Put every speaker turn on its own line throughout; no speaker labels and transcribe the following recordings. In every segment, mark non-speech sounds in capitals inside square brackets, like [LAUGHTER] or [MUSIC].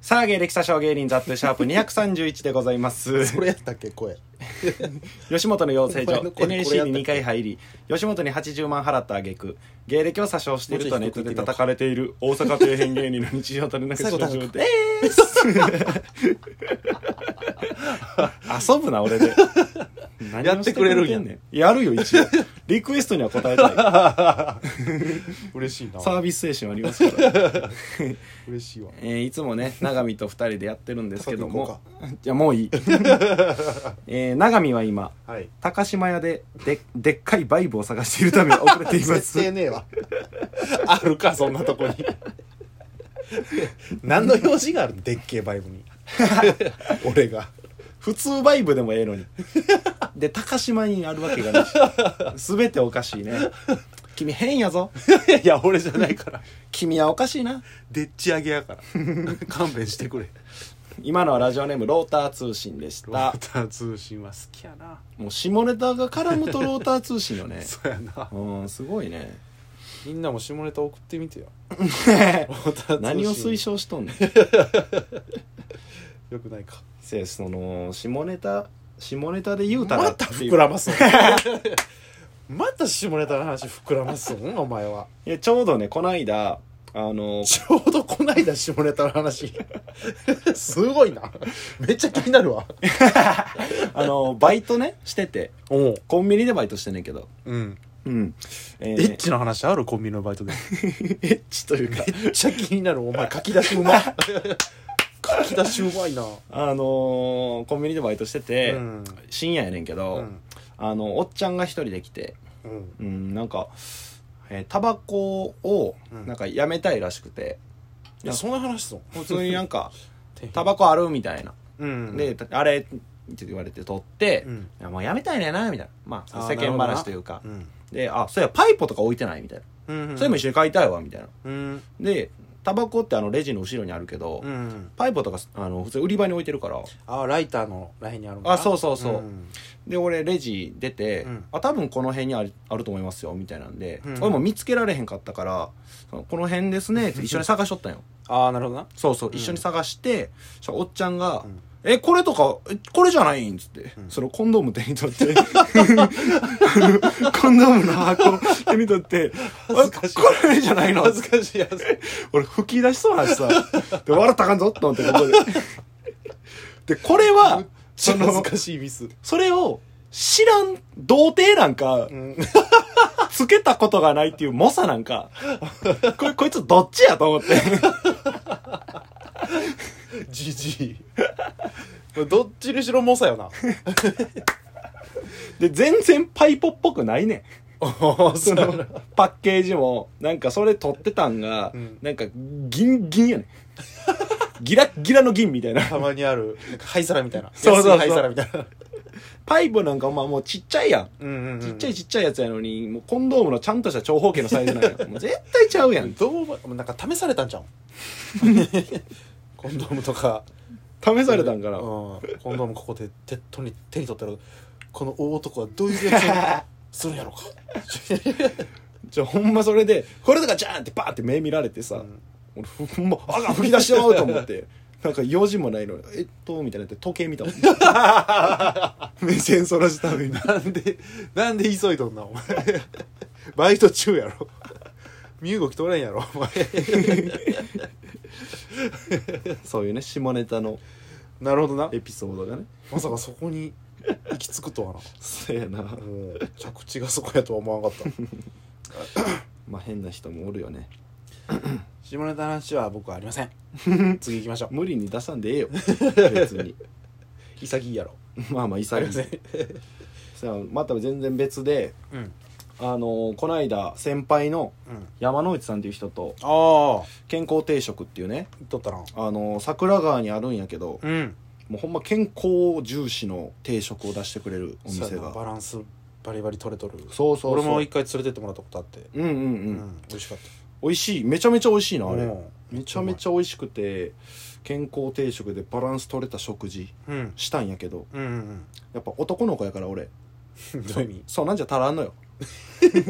さあ芸歴詐称芸人ザットゥシャープ231でございます [LAUGHS]
それやったっけ声
吉本の養成
お前の
所
声これやったっけ
NAC に2回入り吉本に80万払った挙句芸歴を詐称しているとネットで叩かれている大阪底辺芸人の日常垂れ流し
最後
ラ
だ
ジオです [LAUGHS] 遊ぶな俺で何をしてんねんやるよ一応リクエストには答え [LAUGHS] たい
[LAUGHS] 嬉しいな
サービス精神はありますから
嬉しいわ
えーいつもね永見と2人でやってるんですけど
高
もじゃあもういい、 [LAUGHS] えー、永見は今
はい
高島屋でででっかいバイブを探しているため [LAUGHS] 遅れていま
絶
す
対ねえわあるかそんなとこに [LAUGHS] 何の用事があるのでっけえバイブに [LAUGHS] 俺が
普通バイブでもええ [LAUGHS] のにで高島にあるわけがないし全ておかしいね君変やぞ
[LAUGHS] いや俺じゃないから
君はおかしいな
でっち上げや [LAUGHS] から勘弁してくれ
今のはラジオネームローター通信でし
ロ
た
ーター通信は好きやな
もう下ネタが絡むとローター通信よ [LAUGHS] ね
そうやな
うんすごいね
みんなも下ネタ送ってみてよ [LAUGHS] ローター通信
何を推奨しとんの
よくないか
せやその下ネタ下ネタで言うたら
ま
ったていう
膨らます [LAUGHS] また下ネタの話膨らますんお前はい
やちょうどねこの間あの
ちょうどこないだ下ネタの話すごいなめっちゃ気になるわ
あのバイトねしてて
おう
コンビニでバイトしてんねんけど
うん
うん、え
エ
ー
ッチな話あるコンビニのバイトで
エッチというか
めっちゃ気になるお前書き出しうまい書き出しうまいな
あのーコンビニでバイトしてて、
うん
深夜やねんけど、
うん
あのおっちゃんが一人で来て
うん
うんなんか、えータバコを
うん
なんかやめたいらしくて、
いやそんな話すん
普通になん
[LAUGHS]
かタ
タ
バコあるみたいな、
うん
であれって言われて取って、
うん
いやもうやめたいねんなみたいなまあ
あー
世間話というか
うん
であそうやパイポとか置いてないみたいな、
うん
それも一緒に買いたいわみたいな
うん
でタバコってあのレジの後ろにあるけど、
うん
パイポとかあの普通に売り場に置いてるから
あライターのらへんにあるんかな
あそうそうそうんで俺レジ出て、
うん
あ多分この辺にあるあると思いますよみたいなんで、
うん
俺も見つけられへんかったからそのこの辺です
[LAUGHS]
ねって一緒に探しとったんよ
ああなるほどな
そうそう
うん
一緒に探して、そしたらおっちゃんが「
うん
えこれとかえこれじゃないん」っつって、
うん
そのコンドーム手に取って
[LAUGHS]
コンドームの箱手に取って「あ
恥ずかしい
これじゃないの?」
恥ずかしい恥ずかしい
俺吹き出しそうなしさで笑ったらあかんぞと思ってここででこれはそ
[LAUGHS] 恥ず
の
かしいミス
それを知らん童貞なんか、
ん
つけたことがないっていう猛者なんか、これ、こいつどっちやと思って。
じじいどっちにしろ猛者よな
で、全然パイポっぽくないねん。
お
[LAUGHS] その、パッケージも、なんかそれ撮ってたんが、
うん
なんか、ギンギンやねん。ギラッギラの銀みたいな。
[LAUGHS] たまにあるなんか灰皿みたいな
そうそうそう
安い灰皿みたいな
パイポなんかまあもうちっちゃいやん。
うんうん、うん、
ちっちゃいちっちゃいやつやのに、もうコンドームのちゃんとした長方形のサイズなんや。もう絶対ちゃうやん。
どうもなんか試されたんじゃんコンドームとか
試されたんか
う
な。
ん、コンドームここで手っ取り手に取ったらこの大男はどういうやつをするんやろうか
じゃあほんまそれで、これとかじゃーんってバーって目見られてさ、
うん
俺ほんま、 [LAUGHS] あが吹き出してまうと思
[LAUGHS]
って、なんか用事もないのに、えっと、みたいになって時計見たもん。目線そらすために。
なんでなんで急いどんなお前 [LAUGHS] バイト中やろ身動き取れんやろお前
そういうね、下ネタの
なるほどな
エピソードがね。
まさかそこに行き着くとはな
せやな。
もう着地がそこやとは思わなかった
まあ変な人もおるよね。
下ネタの話は僕はありません [LAUGHS] 次行きましょう
無理に出さんでええ
[LAUGHS]
よ。別に。
潔いやろ
まあまあ、
[LAUGHS] あり
潔い
ません。
さあまた全然別で、
うん
あのーこの間、先輩の
うん
山之内さんっていう人と、
ああ
健康定食っていうね、
取ったな
あのー桜川にあるんやけど、
うん
もうほんま健康重視の定食を出してくれるお
そう
店
やなバ
が
ランスバリバリ取れとる
そうそうそう
俺も一回連れてってもらったことあって
うんうんう
うん美味しかった
美味しいめちゃめちゃ美味しいなあれ
うん
めちゃめちゃ美味しくて健康定食でバランス取れた食事
うん
したんやけど
うんうん
やっぱ男の子やから俺
うん [LAUGHS] どういう意
そうなんじゃ足らんのよ
味い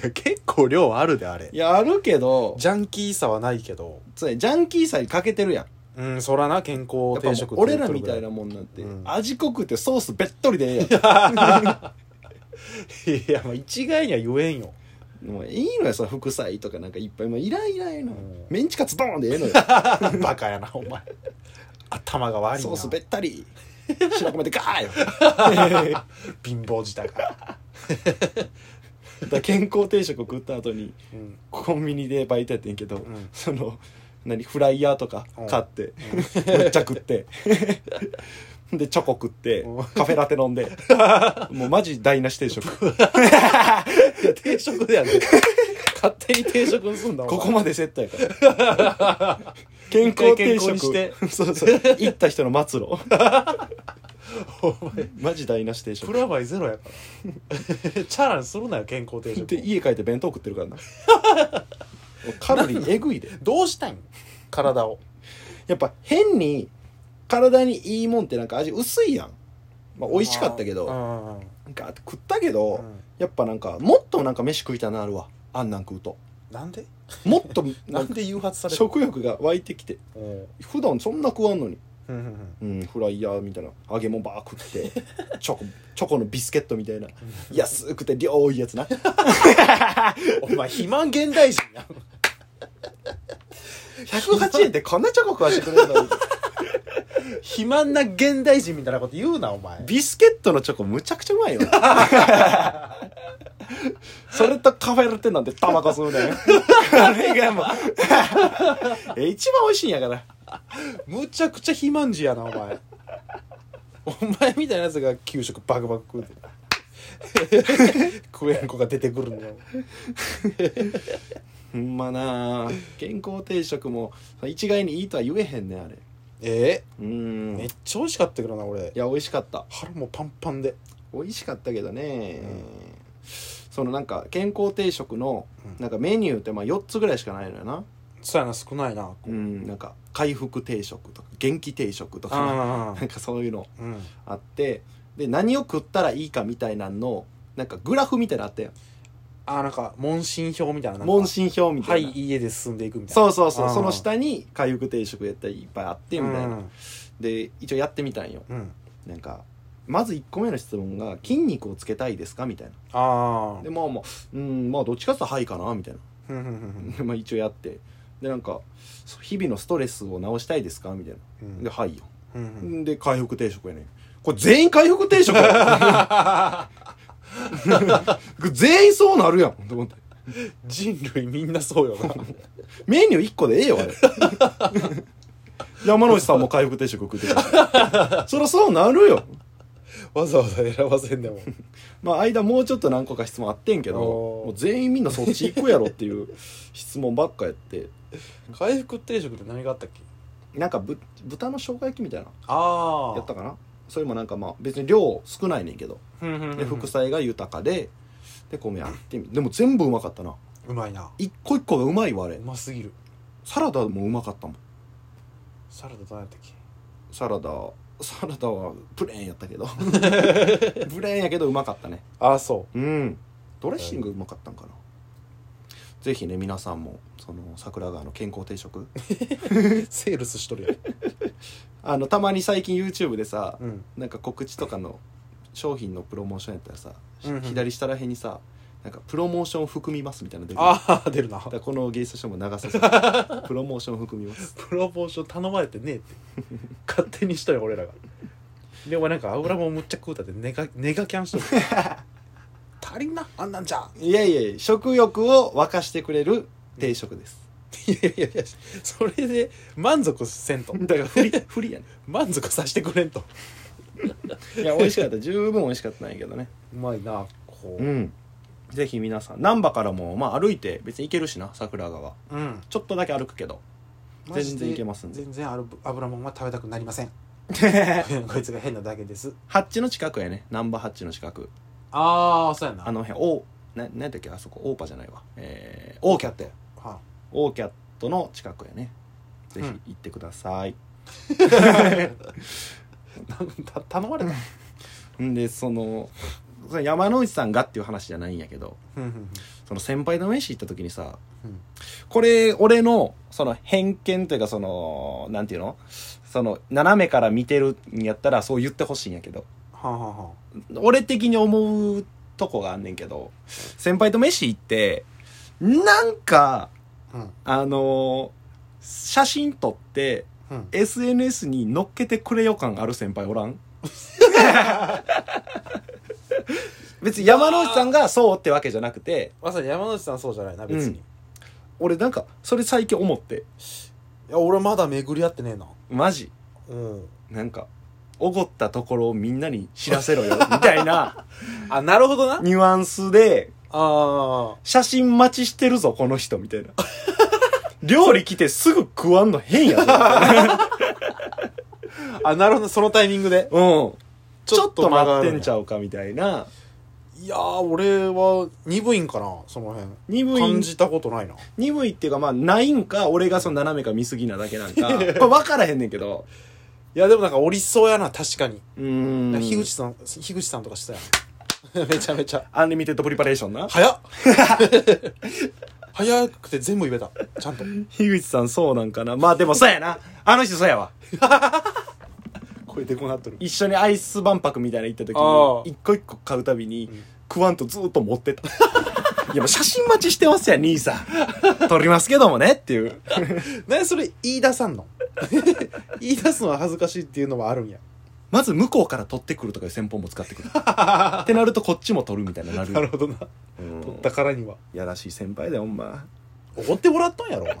や結構量あるであれ
いやあるけど
ジャンキーさはないけど
つまりジャンキーさに欠けてるやん
うんそらな健康
や
定
っぱ
食
もう俺らみたいなもんなんて、
うん
味濃くてソースべっとりでええやん
いやまあ一概には言え
[LAUGHS]
んよ [LAUGHS]
もういいのよさ副菜とかなんかいっぱいもういらんいらんええのよ
うん
メンチカツドーンでええのよ
バカやなお前頭が悪いな
ソースべった
[LAUGHS]
り白米でガーよ
貧乏自体が、
だから健康定食食った後に [LAUGHS]
うん
コンビニでバイトやってんけど、
ん
その何フライヤーとか
うん
買って、めっちゃ食って
[LAUGHS]
でチョコ食って
うん
カフェラテ飲ん
[LAUGHS]
でもうマジ台無し定食
いや定食でやで勝手に定食にすんだお前
ここまでセットやから健康定食
一回健
そうそう行った人の末路
[LAUGHS] お前
マジ台無し定食
プラマイゼロやから [LAUGHS] チャラにするなよ健康定食
で家帰って弁当食ってる
[LAUGHS]
からなカロリーえぐいで
どうしたいん体を
やっぱ変に体にいいもんってなんか味薄いやん、まあ、美味しかったけど
うんうんうん
ガーって食ったけど、
うん
やっぱなんかもっとなんか飯食いたなるわあんなん食うと
なんで
もっ
[LAUGHS]
とな
なんん
か
で誘発される
食欲が湧いてきて
おう
普段そんな食わんのに、
うんうんうん
うん、フライヤーみたいな揚げ物ばー食
[LAUGHS]
ってチョコチョコのビスケットみたいな安くて量多いやつな
お前肥満現代人やん
108円でこんなチョコ食わしてくれるのに
肥満な現代人みたいなこと言うなお前
ビスケットのチョコむちゃくちゃう [LAUGHS] まいよそれとカフェラテなんてタバコ吸うねあれがもう [LAUGHS] え一番美味しいんやから
むちゃくちゃ肥満児やなお前お前みたいなやつが給食バクバク食うて食えん子が出てくるんだよ
ほんまなあ健康定食も一概にいいとは言えへんねあれ
え
う
え
ん
め
い
っちゃ美味しかったけどな俺
や美味しかった
腹もパンパンで
美味しかったけどね、
うん
そのなんか健康定食の
うん
なんかメニューってまあ4つぐらいしかないのよな
[LAUGHS] そうやな少ないな
うんなんか回復定食とか元気定食とか
あ
なんかそういうの
あうん
あってで何を食ったらいいかみたいなんのなんかグラフみたいなのあったやん
あーなんか問診票みたいななんか
問診票みた
はいい
な、
家で進んでいくみたいな
そうそうそう
あー
その下に回復定食やったりいっぱいあってみたいな、で一応やってみたんよ
うん、うん、
なんかまず1個目の質問が「筋肉をつけたいですか?」みたいな
ああ
でまあまあうんまあどっちかっていうと「はい」かなみたいな [LAUGHS]
うんうんうん
まあ一応やってでなんか「日々のストレスを治したいですか?」みたいな
う
「
ん
ではいよ
うんう」ん
で回復定食やねんこれ全員回復定食や [LAUGHS] 全員そうなるやんと思って
人類みんなそうよな
メニュー1個でええよあれ [LAUGHS] 山之内さんも回復定食食ってたしそりゃそうなるよ
[LAUGHS] わざわざ選ばせんでも
まあ、間もうちょっと何個か質問あってんけど
おー
もう全員みんなそっち行くやろっていう [LAUGHS] 質問ばっかやって
回復定食って何があったっけ
なんかぶ豚の生姜焼きみたいな
ああ
やったかなそれもなんかまあ別に量少ないねんけどで
で
副菜が豊かでで米あってでも全部うまかったな
うまいな
一個一個がうまいわあ
う
れ
ますぎる
サラダもうまかったもん
サラダどうやったっけ
サラダサラダはプレーンやった
[LAUGHS]
けどプレーンやけどうまかったね
ああそ
うんドレッシングうまかったんかな、ぜひね皆さんもその桜川の健康定
[LAUGHS]
食
うセールスしとるやん
あのたまに最近 YouTube でさ
うん
なんか告知とかの商品のプロモーションやったらさ、
うんうん
左下らへんにさなんかプロモーション含みますみたいなの出てくる
ああ出るな
だからこのゲストショーも流させ
[LAUGHS]
てプロモーション含みます
プロポーション頼まれてねえって勝手にしとるよ俺らがでお前なんか油もむっちゃ食うたってネガネガキャンしとる足りんなあんなんじゃ
いやいやいや食欲を沸かしてくれる定食です
いやいやいやそれで満足せんと
だから不利不利やね
満足させてくれんと
[LAUGHS] いや美味しかった十分美味しかったんやけどね
うまいなこ
うんぜひ皆さん難波からもまあ歩いて別に行けるしな桜川
ううん
ちょっとだけ歩くけ [LAUGHS] ど全然いけますんで
全然ある油もんは食べたくなりません [LAUGHS] こいつが変なだけです
ハッチの近くやね難波ハッチの近く
ああそうやな
あの辺オーななんやったっけあそこオーパじゃないわえー、オーキャットや
[LAUGHS] は
オーキャットの近くやねぜひ
うん
行ってください、
た頼まれた
ん、でそのそれ山之内さんがっていう話じゃないんやけど
うん
その先輩の飯行った時にさ、
うん
これ俺のその偏見というかそのなんていうのその斜めから見てるんやったらそう言ってほしいんやけど
はあはあは
俺的に思うとこがあんねんけど先輩と飯行ってなんか
あうん
あの写真撮って
うん
SNS に乗っけてくれよ感ある先輩おら
[LAUGHS]
ん別に山之内さんがそうってわけじゃなくて
まさに山之内さんそうじゃないな別
う
に、
ん
い
俺なんかそれ最近思って
や俺まだ巡り合ってねえな
マジ
うん
なんかおごったところをみんなに知らせろよ [LAUGHS] みたいな
あなるほどな
ニュアンスで
あ
写真待ちしてるぞこの人みたい
[LAUGHS]
な料理来てすぐ食わんの変やぞみ
[LAUGHS]
たいな
ーあなるほどそのタイミングで
うんちょっと
間があ
待
る
ってんちゃうかみたいない
やー俺は鈍いんかなその辺
鈍い
感じたことないな
鈍いっていうかまあないんか俺がその斜めか見すぎなだけなん
[LAUGHS]
かこれ分からへんねんけど
いやでもなんかおりそうやな確かに、
うーん
樋口さん樋口さんとかしてたやん [LAUGHS] めちゃめちゃ
アンリミテッドプリパレーションな
早っ早くて全部言えたちゃんと
樋口さんそうなんかなまあでもそうやなあの人そうやわ
[LAUGHS] 声でこなっとる
一緒にアイス万博みたいな行った時
あー
に一個一個買うたびに食わんとずっと持ってた [LAUGHS] いやもう写真待ちしてますやん兄さん撮りますけどもねっていう
何それ言い出さんの [LAUGHS] 言い出すのは恥ずかしいっていうのもあるんや [LAUGHS]
まず向こうから撮ってくるとかいう戦法も使ってくるってなるとこっちも撮るみたいになる
なるほどな
うん
取ったからには
やらしい先輩だよほんま
おごってもらったんやろお前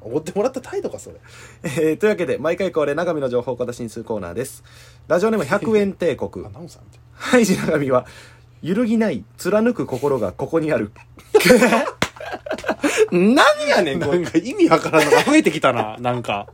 おごってもらった態度かそれ
えーというわけで毎回恒例長見の情報小出しにするコーナーですラジオネーム100円帝国
アナウンサーみたい
ハイジ長見は揺るぎない貫く心がここにある何やねん
な
これ
なんか意味わからんのが増えてきたななんか